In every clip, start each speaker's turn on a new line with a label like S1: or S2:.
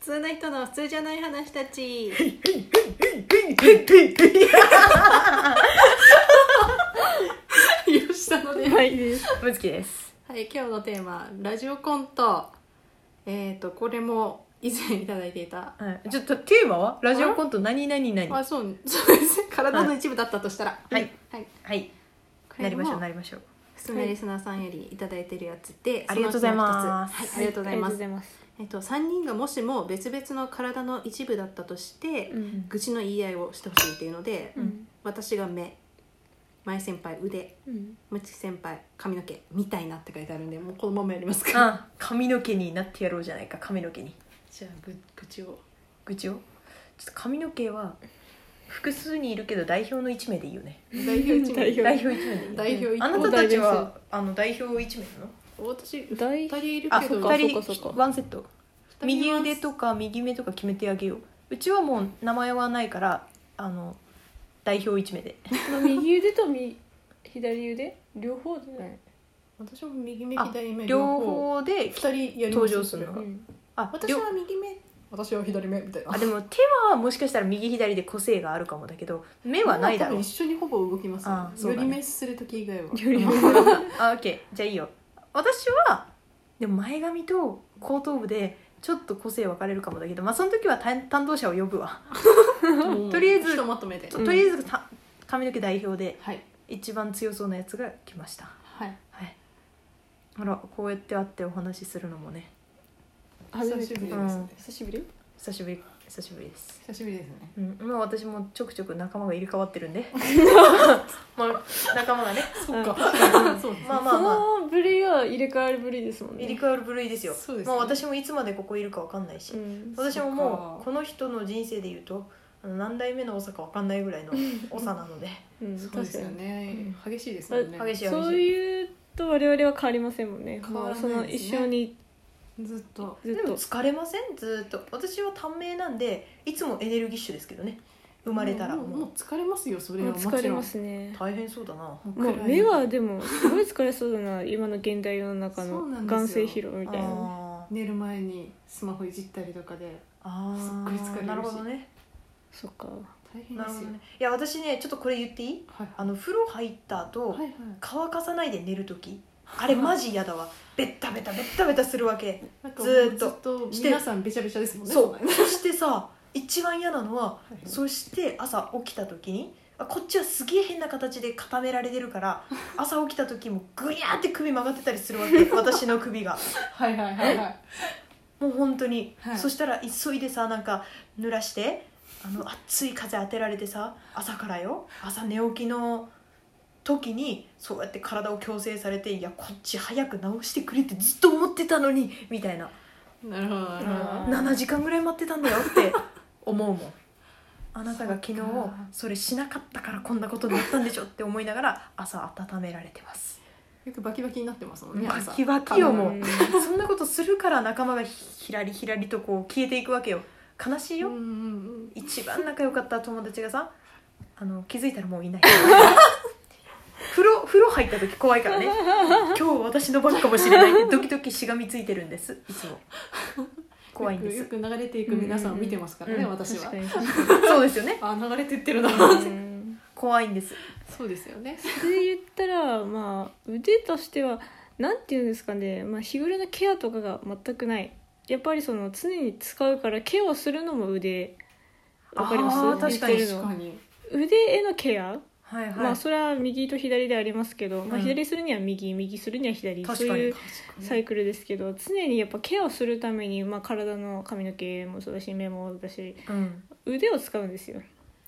S1: 通な人の普通じゃない話た ち吉田のね
S2: はいです。むつきです。
S1: はい今日のテーマラジオコントえっ、ー、とこれも以前いただいていた
S2: はい。ちょっとテーマはラジオコント何何何。は
S1: あそうそうですね体の一部だったとしたら
S2: いはい、
S1: はい
S2: い。
S1: こ
S2: な
S1: れ
S2: り
S1: も
S2: ましょうなりましょう。
S1: 普通のリスナーさんよりいただいてるやつで、
S2: ありがとうございます
S1: そのうちの一つはい、ありがとうございます
S3: ありがとうございます。
S1: えっと、3人がもしも別々の体の一部だったとして、
S3: うん。
S1: 愚痴の言い合いをしてほしいっていうので、
S3: うん。
S1: 私が目前先輩腕
S3: うん。
S1: むち先輩髪の毛みたいなって書いてあるんでもうこのままやりますか
S2: あ、髪の毛になってやろうじゃないか髪の毛に。
S1: じゃあぐ愚痴を
S2: 愚痴を。ちょっと髪の毛は複数にいるけど代表の一名でいいよね。
S1: 代表一名
S3: 代
S2: 代表一名でいいよ。
S1: 代表一
S2: あなたたちはあの代表一名なの？
S1: 私2
S3: 大
S1: 人いる
S2: あ、
S1: けど
S2: 二人
S3: そっかそっか
S2: ワンセット。右腕
S1: と
S2: とか右目とか決めてあげよううちはもう名前はないからあの代表1名で
S3: 右腕とみ左腕両方じゃない。
S1: 私も右目
S2: あ
S1: 左目
S2: 両
S1: 両方
S2: 方で
S1: 2人やります
S2: 登場する
S3: う
S2: の
S3: ん。
S2: あ
S1: 私
S2: 両
S1: は右目私は左目みたいな
S2: あでも手はもしかしたら右左で個性があるかもだけど目はないだ
S1: 多
S2: ろ
S1: 分
S2: う
S1: 一緒にほぼ動きますよ
S2: あそう
S1: 寄
S2: だね
S1: り目する時以外は
S3: より
S2: あオッケーじゃあいいよ私はでも前髪と後頭部でちょっと個性分かれるかもだけどまあその時は担担当者を呼ぶわ、
S1: うん
S2: とりあえず
S1: ひとまとめで
S2: ととりあえずた髪の毛代表で
S1: はい
S2: 一番強そうなやつが来ました
S1: はい
S2: はいあらこうやって会ってお話しするのもね
S3: 初め
S1: 久してぶりですね
S3: 久しぶり。
S2: 久しぶり久しぶりです
S1: 久しぶりですね
S2: うん、今私もちょくちょく仲間が入れ替わってるんで まあ仲間がね
S3: そっか。
S1: そうですね
S2: まあまあ
S3: そ
S2: まあ
S3: のぶりが入れ替わるぶりですもん
S2: 入
S3: ね。
S2: れ替わる部類ですよ
S1: そうです
S2: ま
S1: ね
S2: あ、私もいつまでここいるかわかんないし、
S3: うん。
S2: 私も
S1: そ
S2: も
S1: っか
S2: うこの人の人生で言うとあの何代目の長かわかんない ぐらいの長なので
S3: うん。
S1: そうで
S3: 確
S1: す
S3: か
S1: よ
S3: に。
S1: ね激しいですもんね
S2: 激しい激しい
S3: そういうと我々は変わりませんもんね。
S1: 変わらない
S3: もうその
S1: です
S3: 一
S1: ね
S3: 緒に
S1: ずっと
S3: ず
S2: で
S3: っ
S2: も
S3: と。
S2: 疲れませんずーっと私は短命なんでいつもエネルギッシュですけどね生まれたら
S1: もうもう
S2: も
S1: 疲れますよそれ
S3: も
S1: はも
S3: う
S1: ちろん
S3: 疲れますね
S2: う。大変そうだな
S3: もう目はでもすごい疲れそうだな今の現代世の中
S1: そうな
S3: の
S1: んですよ
S3: 眼性疲労み
S2: あ
S3: たいな
S2: ー
S1: 寝る前にスマホいじったりとかで
S2: あ
S1: すっごい疲れる
S2: ー
S1: し
S2: なるほどね
S3: そっか
S1: 大変
S2: な
S1: で
S2: る
S1: す
S2: ほ
S1: よ
S2: どねいや私ねちょっとこれ言っていい
S1: はい
S2: あの風呂入った後、
S1: はいはい
S2: 乾かさないで寝る時あれマジ嫌だわベッタベタベッタベタするわけ
S1: なんか
S2: ずーっ
S1: ず
S2: と
S1: っと
S2: して
S1: 皆さんべちゃべちゃですもんね
S2: そう
S1: の
S2: そしてさ一番嫌なのは
S1: はい
S2: そして朝起きた時にあこっちはすげえ変な形で固められてるから朝起きた時もグニャーって首曲がってたりするわ け私の首が
S1: はいはいはいはい
S2: もう本当に、
S1: はい
S2: そしたら急いでさなんか濡らしてあの暑い風当てられてさ朝からよ朝寝起きの時にそうやって体を矯正されていやこっち早く治してくれってずっと思ってたのにみたいな
S1: なるほどなるほど
S2: 7時間ぐらい待ってたんだよ って思うもんあなたが昨日
S1: そっか
S2: それしなかったからこんなことになったんでしょって思いながら朝温められてます
S1: よくバキバキになってますもんね
S2: バ
S1: 朝
S2: キバキよ
S3: う
S2: もうんそんなことするから仲間がひらりひらりとこう消えていくわけよ悲しいよ、
S1: うんうんうん
S2: 一番仲良かった友達がさあの気づいたらも ういない風呂風呂入った時怖いからね今日私の番かもしれないってドキドキしがみついてるんです いつも怖いんです
S1: よくよく流れていく皆さんを見てますからね
S2: うん
S1: 私は
S3: 確かに確
S2: そうですよね
S1: あ流れてってるな
S3: かにうん
S2: 怖いんです
S1: そうですよね
S3: それで言ったらまあ腕としてはなんていうんですかね、まあ、日暮れのケアとかが全くないやっぱりその常に使うからケアをするのも腕わかります
S2: あー確かに
S3: 言ってる
S1: 確か
S3: の
S1: に
S3: 腕へのケア、
S2: はいはい、
S3: まあそれは右と左でありますけど、ま
S2: う
S3: あ、
S2: ん
S3: 左するには右右するには左
S2: 確か
S3: そう
S2: に
S3: いう
S1: 確か
S3: サ
S1: に
S3: イクルですけど常にやっぱケアをするために、まあ、体の髪の毛もそうだし目もだし
S2: うん、
S3: 腕を使うんですよ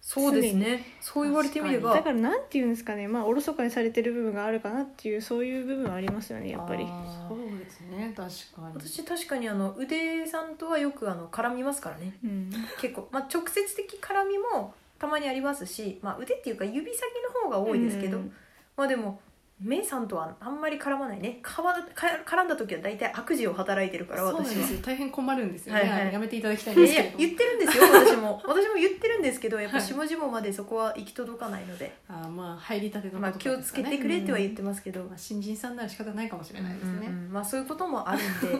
S2: そうですねそう言われてみれば
S3: だからなんていうんですかねまあおろそかにされてる部分があるかなっていうそういう部分はありますよねやっぱり
S2: あ
S1: そ
S2: ー
S1: うですね確かに
S2: 私確かにあの腕さんとはよくあの絡みますからね
S3: うん
S2: 結構、まあ、直接的絡みもたまにありますし、まあ、腕っていうか指先の方が多いですけど、
S3: うん
S2: まあでもメイさんとはあんまり絡まないねかわか絡んだ時は大体悪事を働いてるから
S1: そうなん
S2: 私
S1: で
S2: は
S1: す。よ大変困るんですよね、
S2: はいはい
S1: やめていただきたいん
S2: い
S1: で
S2: や
S1: す
S2: い
S1: け
S2: や
S1: れども
S2: 言ってるんですよ私も私も言ってるんですけどやっぱ下々までそこは行き届かないので、
S1: あーまあ入りたての
S2: まあ、
S1: こと
S2: 気を
S1: です
S2: つ
S1: かね
S2: けてくれっては言ってますけど、
S1: まあ、新人さんなら仕方ないかもしれないですね、
S2: うんうんまあそういうこともあるんで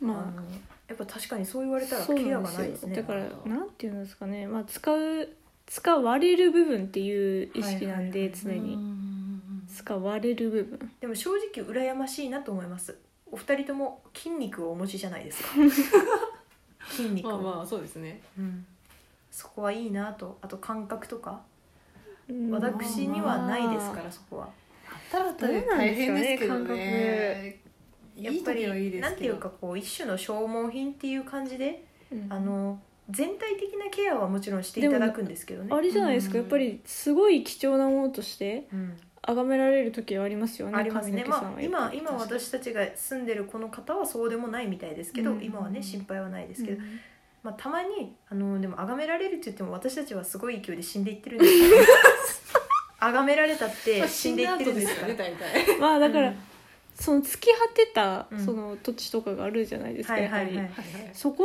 S3: まあ
S2: のややっぱ確かにそう言われたら
S3: そう
S2: ケア
S3: なん
S2: が
S3: です
S2: ない
S3: よ
S2: ですね
S3: だから
S2: あなたは
S3: なんていうんですかね、まあ、使う使われる部分っていう意識なんで、
S2: はいはいはい
S3: 常
S1: うんうんう
S3: に
S1: ん
S3: 使われる部分
S2: でも正直羨ましいなと思いますお二人とも筋肉をお持ちじゃないですか筋
S1: うん
S2: 肉を、
S1: まあまあそうですね
S2: うん、そこはいいなとあと感覚とか
S3: うん
S2: 私にはないですからそこは
S1: たらたら大変ですけどね
S2: やっぱ
S1: いい時はいい
S2: り
S1: で
S2: なん
S1: す
S2: て
S1: け
S2: い
S1: ど
S2: うかこう一種の消耗品っていう感じで
S3: うん
S2: あの全体的なケアはもちろんしていただくんですけどね
S3: あれじゃないですか、
S1: うん
S3: やっぱりすごい貴重なものとして
S2: うん
S3: 崇められる時はありますよね
S2: ありますね、
S3: 神竹さん
S2: ま
S3: は
S2: あ、今今
S1: 確かに
S2: 私たちが住んでるこの方はそうでもないみたいですけど、
S3: うん
S2: 今はね心配はないですけど、
S3: うん
S2: まあ、たまにあのでも崇められるって言っても私たちはすごい勢いで死んでいってるんですけど 崇められたって死んでいってるんですから、
S1: ね大体
S3: まあだから、
S2: うん
S3: その尽き果てた
S2: うん
S3: その土地とかがあるじゃないですか、
S2: はい
S3: やは
S2: は
S3: り、
S2: いはい
S3: そこ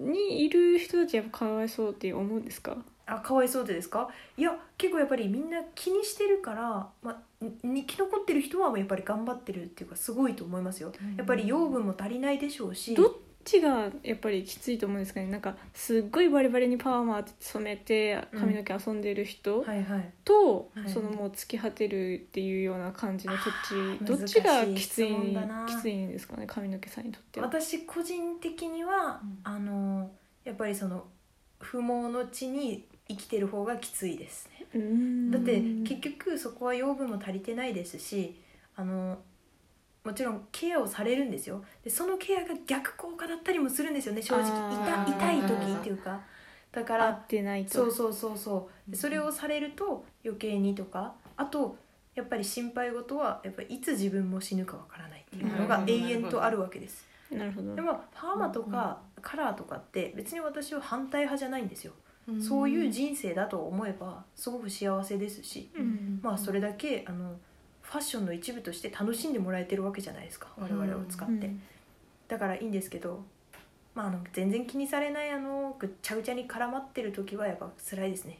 S3: にいる人たちはやっぱかわいそうって思うんですか
S2: あかわいそうでですかいや結構やっぱりみんな気にしてるから、まあ、に生き残ってる人はやっぱり頑張ってるっていうかすごいと思いますよやっぱり養分も足りないでしょうし
S3: どっちがやっぱりきついと思うんですかねなんかすっごいバリバリにパーマ染めて髪の毛遊んでる人
S2: はいはい
S3: と、
S2: はい
S3: そのもう尽き果てるっていうような感じの
S2: あー
S3: 土地どっちが
S2: 難しい
S3: きつ
S2: 質
S3: い
S2: 問だな
S3: きついんですかね髪の毛さんにとっては。
S2: 私個人的には、
S1: うん
S2: あのやっぱりその不毛の地に生きてる方がきついですねだ
S3: だ
S2: って結局そこは養分も足りてないですしあのもちろんケアをされるんですよでそのケアが逆効果だったりもするんですよね正直
S3: あ
S2: 痛
S3: ー
S2: 痛い時っていうかだか
S3: 合
S2: ら
S3: ってないと
S2: そうそうそうそうでそれをされると余計にとかあとやっぱり心配事はやっぱりいつ自分も死ぬかわからないっていうのが
S1: なる
S2: 永
S1: ほど
S2: 遠とあるわけです
S3: なるほど
S2: でもパーマとかカラーとかって別に私は反対派じゃないんですよ、
S1: ん
S2: そういう人生だと思えばすごく幸せですし、
S3: うん
S2: まあそれだけあのファッションの一部として楽しんでもらえてるわけじゃないですか我々を使って、
S3: うん
S2: だからいいんですけど、まあ、あの全然気にされないあのぐっちゃぐちゃに絡まってる時はやっぱ辛いですね、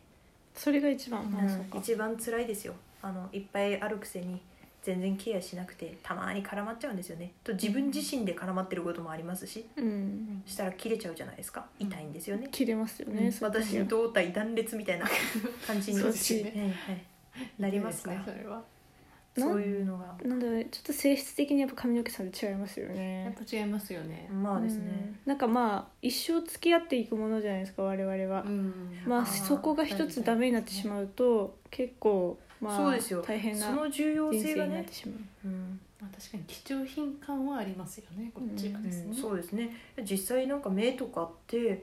S3: それが一番まあ
S2: うん
S3: そうか
S2: 一番辛いですよあのいっぱいあるくせに全然ケアしなくてたまに絡まっちゃうんですよねと自分自身で絡まってることもありますし
S3: うん
S2: したら切れちゃうじゃないですか痛いんですよね、
S3: 切れますよねそういう時
S2: 私
S3: は
S2: 胴体断裂みたいな感じに
S1: そうですね
S2: はいはいなりますから
S1: ねそれは
S3: なん
S2: そういうのが
S3: なんだろうちょっと性質的にやっぱ髪の毛さんと違いますよ
S1: やっ
S3: ね
S1: ぱ違いますよね
S2: まあですね、
S3: うんなんかまあ一生付き合っていくものじゃないですか我々は
S1: うん
S3: ま
S2: あ
S3: あ
S2: ー
S3: そこが一つダメになってしまうと結構ま
S2: そう
S3: あ
S2: ですよ
S3: 大変
S2: そ
S3: な
S2: の重要
S3: 人
S2: 性
S3: 生
S2: が
S3: になっ
S2: ね
S3: て、しま
S2: う
S3: う
S2: ん
S1: まあ確かに貴重品感はありますよねこっちがです
S2: うん
S1: ね
S2: そうですね実際なんか目とかってやっ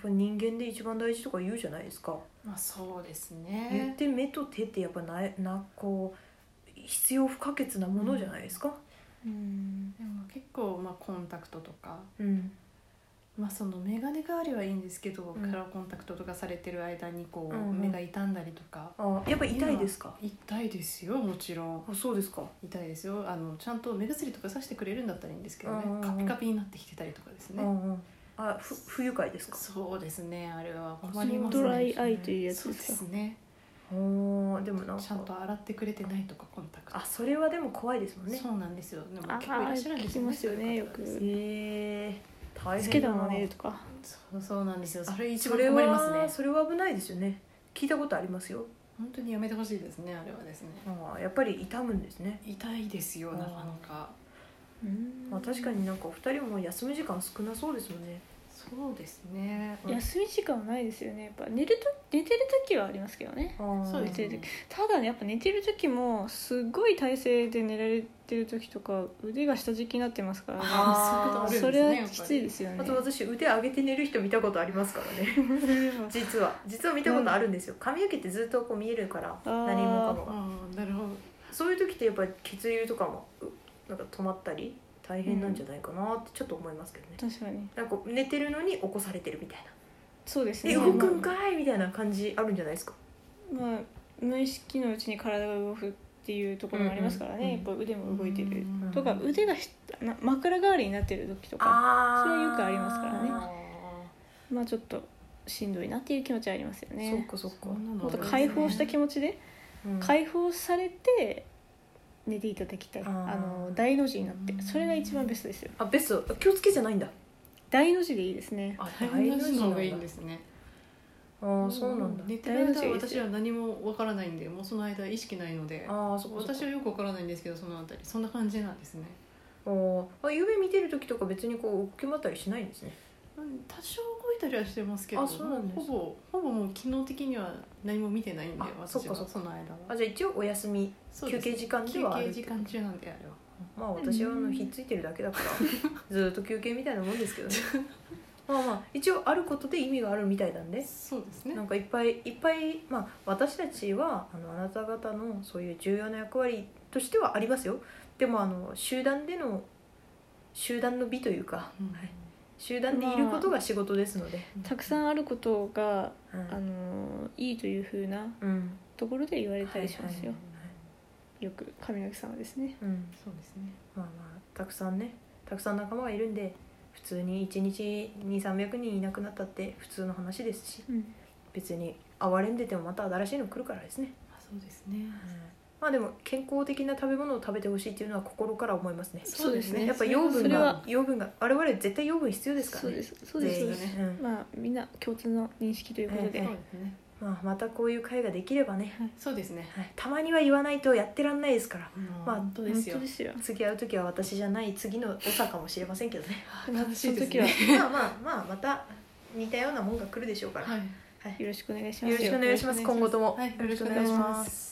S2: ぱ人間で一番大事とか言うじゃないですか、
S1: まあそうです
S2: 言っ
S1: ね
S2: て目と手ってやっぱななこう必要不可欠なものじゃないですか、
S3: うん
S1: でも結構まあコンタクトとか
S2: うん、
S1: まあその眼鏡代わりはいいんですけど
S2: うん
S1: カラーコンタクトとかされてる間にこ
S2: うんう
S1: うん目が傷んだりとか
S2: あやっぱ痛いですか
S1: 痛いですよもちろん
S2: あそうですか
S1: 痛いですよあのちゃんと目薬とかさしてくれるんだったらいいんですけどね
S2: うんうんうん
S1: カピカピになってきてたりとかです
S2: う
S1: ね
S2: んうんあふ不愉快ですか
S1: そうですねあれは困ります
S3: ドラ
S1: ね
S3: イアイというや
S1: そう
S3: つで
S1: ですす
S3: か
S1: ね
S2: おーでもなんか
S1: ちゃんと洗ってくれてないとかコンタクト
S2: あそれはでも怖いですもんね
S1: そうなんですよでも
S3: あ
S1: 結構いらっしゃるんです
S3: 聞きますよねよく
S1: そういう方々です
S2: へえ大
S3: つけ
S2: 変
S3: た
S2: だ
S3: も
S2: な
S3: ねとか
S1: そうそうなんですよそれ一
S2: そ
S1: 番
S2: れは
S1: 困りますね
S2: それは危ないですよね聞いたことありますよ
S1: 本当にやめてほしいですねあれはですね
S2: あーやっぱり痛むんですね、
S1: 痛いですよなかなか
S2: まあ、確かになんかお二人も休み時間少なそうですもんね
S1: そうですね
S2: うん
S3: 休み時間はないですよねやっぱ寝ると寝てる時はありますけどね
S2: あー
S1: そうです
S3: ねただねやっぱ寝てる時もすごい体勢で寝られてる時とか腕が下敷きになってますからね
S2: あー
S1: そういうことあるんですね
S3: それはきつ
S1: や
S3: い
S1: っぱり
S3: ですよね
S2: あと私腕上げて寝る人見たことありますから ね実は実は見たことあるんですよ髪の毛ってずっとこう見えるから
S3: あー
S2: 何もかもが
S1: うんなるほど
S2: そういう時ってやっぱり血流とかもうなんか止まったり大変なんじゃないかなってちょっと思いますけどね、
S3: 確かに
S2: なんか寝てるのに起こされてるみたいな
S3: そうです
S2: え
S3: ね
S2: 動くんかいみたいな感じあるんじゃないですか
S3: まあ、無意識のうちに体が動くっていうところもありますからね、
S2: うんうん
S3: やっぱ腕も動いてる、
S1: うん
S3: とか腕がひな枕代わりになってる時とか
S2: あ
S3: ーそれはよくありますからね
S1: あ
S3: まあちょっとしんどいなっていう気持ちはありますよ
S2: そっ
S3: ね
S2: かそっか
S1: こんなの
S3: も
S1: あ
S3: っ
S1: る
S3: と
S1: んですね
S3: 解放した気持ちで、
S2: うん
S3: 解放されて寝ていただきたい
S2: あ
S3: あ
S2: ー
S3: の大の字になってそれが一番ベストですよ
S2: あベスト気をつけじゃないんだ
S3: 大の字でいいですね
S1: あ大の字の方がいいんですね
S2: ああそうなんだ
S1: 寝てる間は私は何もわからないんでもうその間意識ないので
S2: ああそこそこ
S1: 私はよくわからないんですけどそのあたりそんな感じなんですね
S2: おあ夢見てる時とか別にこう決まったりしないんですね
S1: うん多少動いたりはしてますけど
S2: あそうなんです
S1: ほぼほぼもう機能的には何も見てないんで
S2: あそっ
S1: 私
S2: か
S1: は
S2: そっか
S1: その間
S2: あ
S1: は
S2: じゃあ一応お休み
S1: そう
S2: 休
S1: です
S2: 憩時間で
S1: 休
S2: はある
S1: 憩時間中なんであれは
S2: まあ私はあ
S3: う
S2: の
S3: ん
S2: ひっついてるだけだからずーっと休憩みたいなもんで すけどねまあまあ一応あることで意味があるみたいなんで
S1: そうですね
S2: なんかいっぱいいっぱいまあ私たちはあのあなた方のそういう重要な役割としてはありますよでもあの集団での集団の美というか、
S1: うん
S2: はい集団でいることが仕事ですので、
S3: たくさんあることが、
S2: うん
S3: あのいいというふうな
S2: うん
S3: ところで言われたりしますよ、
S2: はい
S3: よく神垣さんはですね
S2: うん
S1: そうですね
S2: まあまあたくさんねたくさん仲間がいるんで普通に1日に300人いなくなったって普通の話ですし
S3: うん
S2: 別に哀れんでてもまた新しいの来るからですね、
S1: まあそうですね
S2: まあでも健康的な食べ物を食べてほしいっていうのは心から思いますね
S1: そうですね
S2: やっぱ
S3: それは
S2: 養分
S3: それは
S2: が養分が我々絶対養分必要ですから
S3: そう
S2: ね
S3: ですそうで
S2: 全
S3: すそう
S2: 員
S3: です、
S1: ね
S2: うん
S3: まあみんな共通の認識ということで、
S2: え
S1: そうですね
S2: まあ、またこういう会ができればね、
S1: そうですね
S2: はい、たまには言わないとやってらんないですから
S1: ま
S2: ま
S1: あ
S2: あ
S1: 本当で
S3: 本
S1: す
S3: 当
S1: よ
S3: ですよ
S2: 次会う時は私じゃない次の長かもしれませんけどね
S1: 楽しいです
S3: その
S1: ね
S2: まあまあまあまた似たようなもんが来るでしょうから、
S1: はい
S3: よろしくお願いします
S2: よろしくお願いします今後とも、
S1: はいよろしくお願いします
S2: す